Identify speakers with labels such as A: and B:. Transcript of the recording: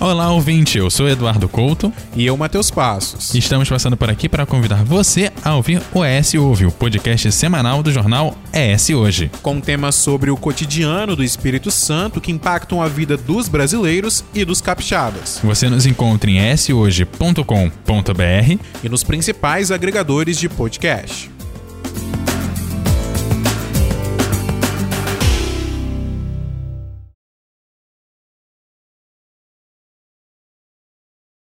A: Olá, ouvinte. Eu sou Eduardo Couto.
B: E eu, Matheus Passos.
A: Estamos passando por aqui para convidar você a ouvir o ES Ouve, o podcast semanal do jornal ES Hoje.
B: Com temas sobre o cotidiano do Espírito Santo que impactam a vida dos brasileiros e dos capixabas.
A: Você nos encontra em eshoje.com.br
B: e nos principais agregadores de podcast.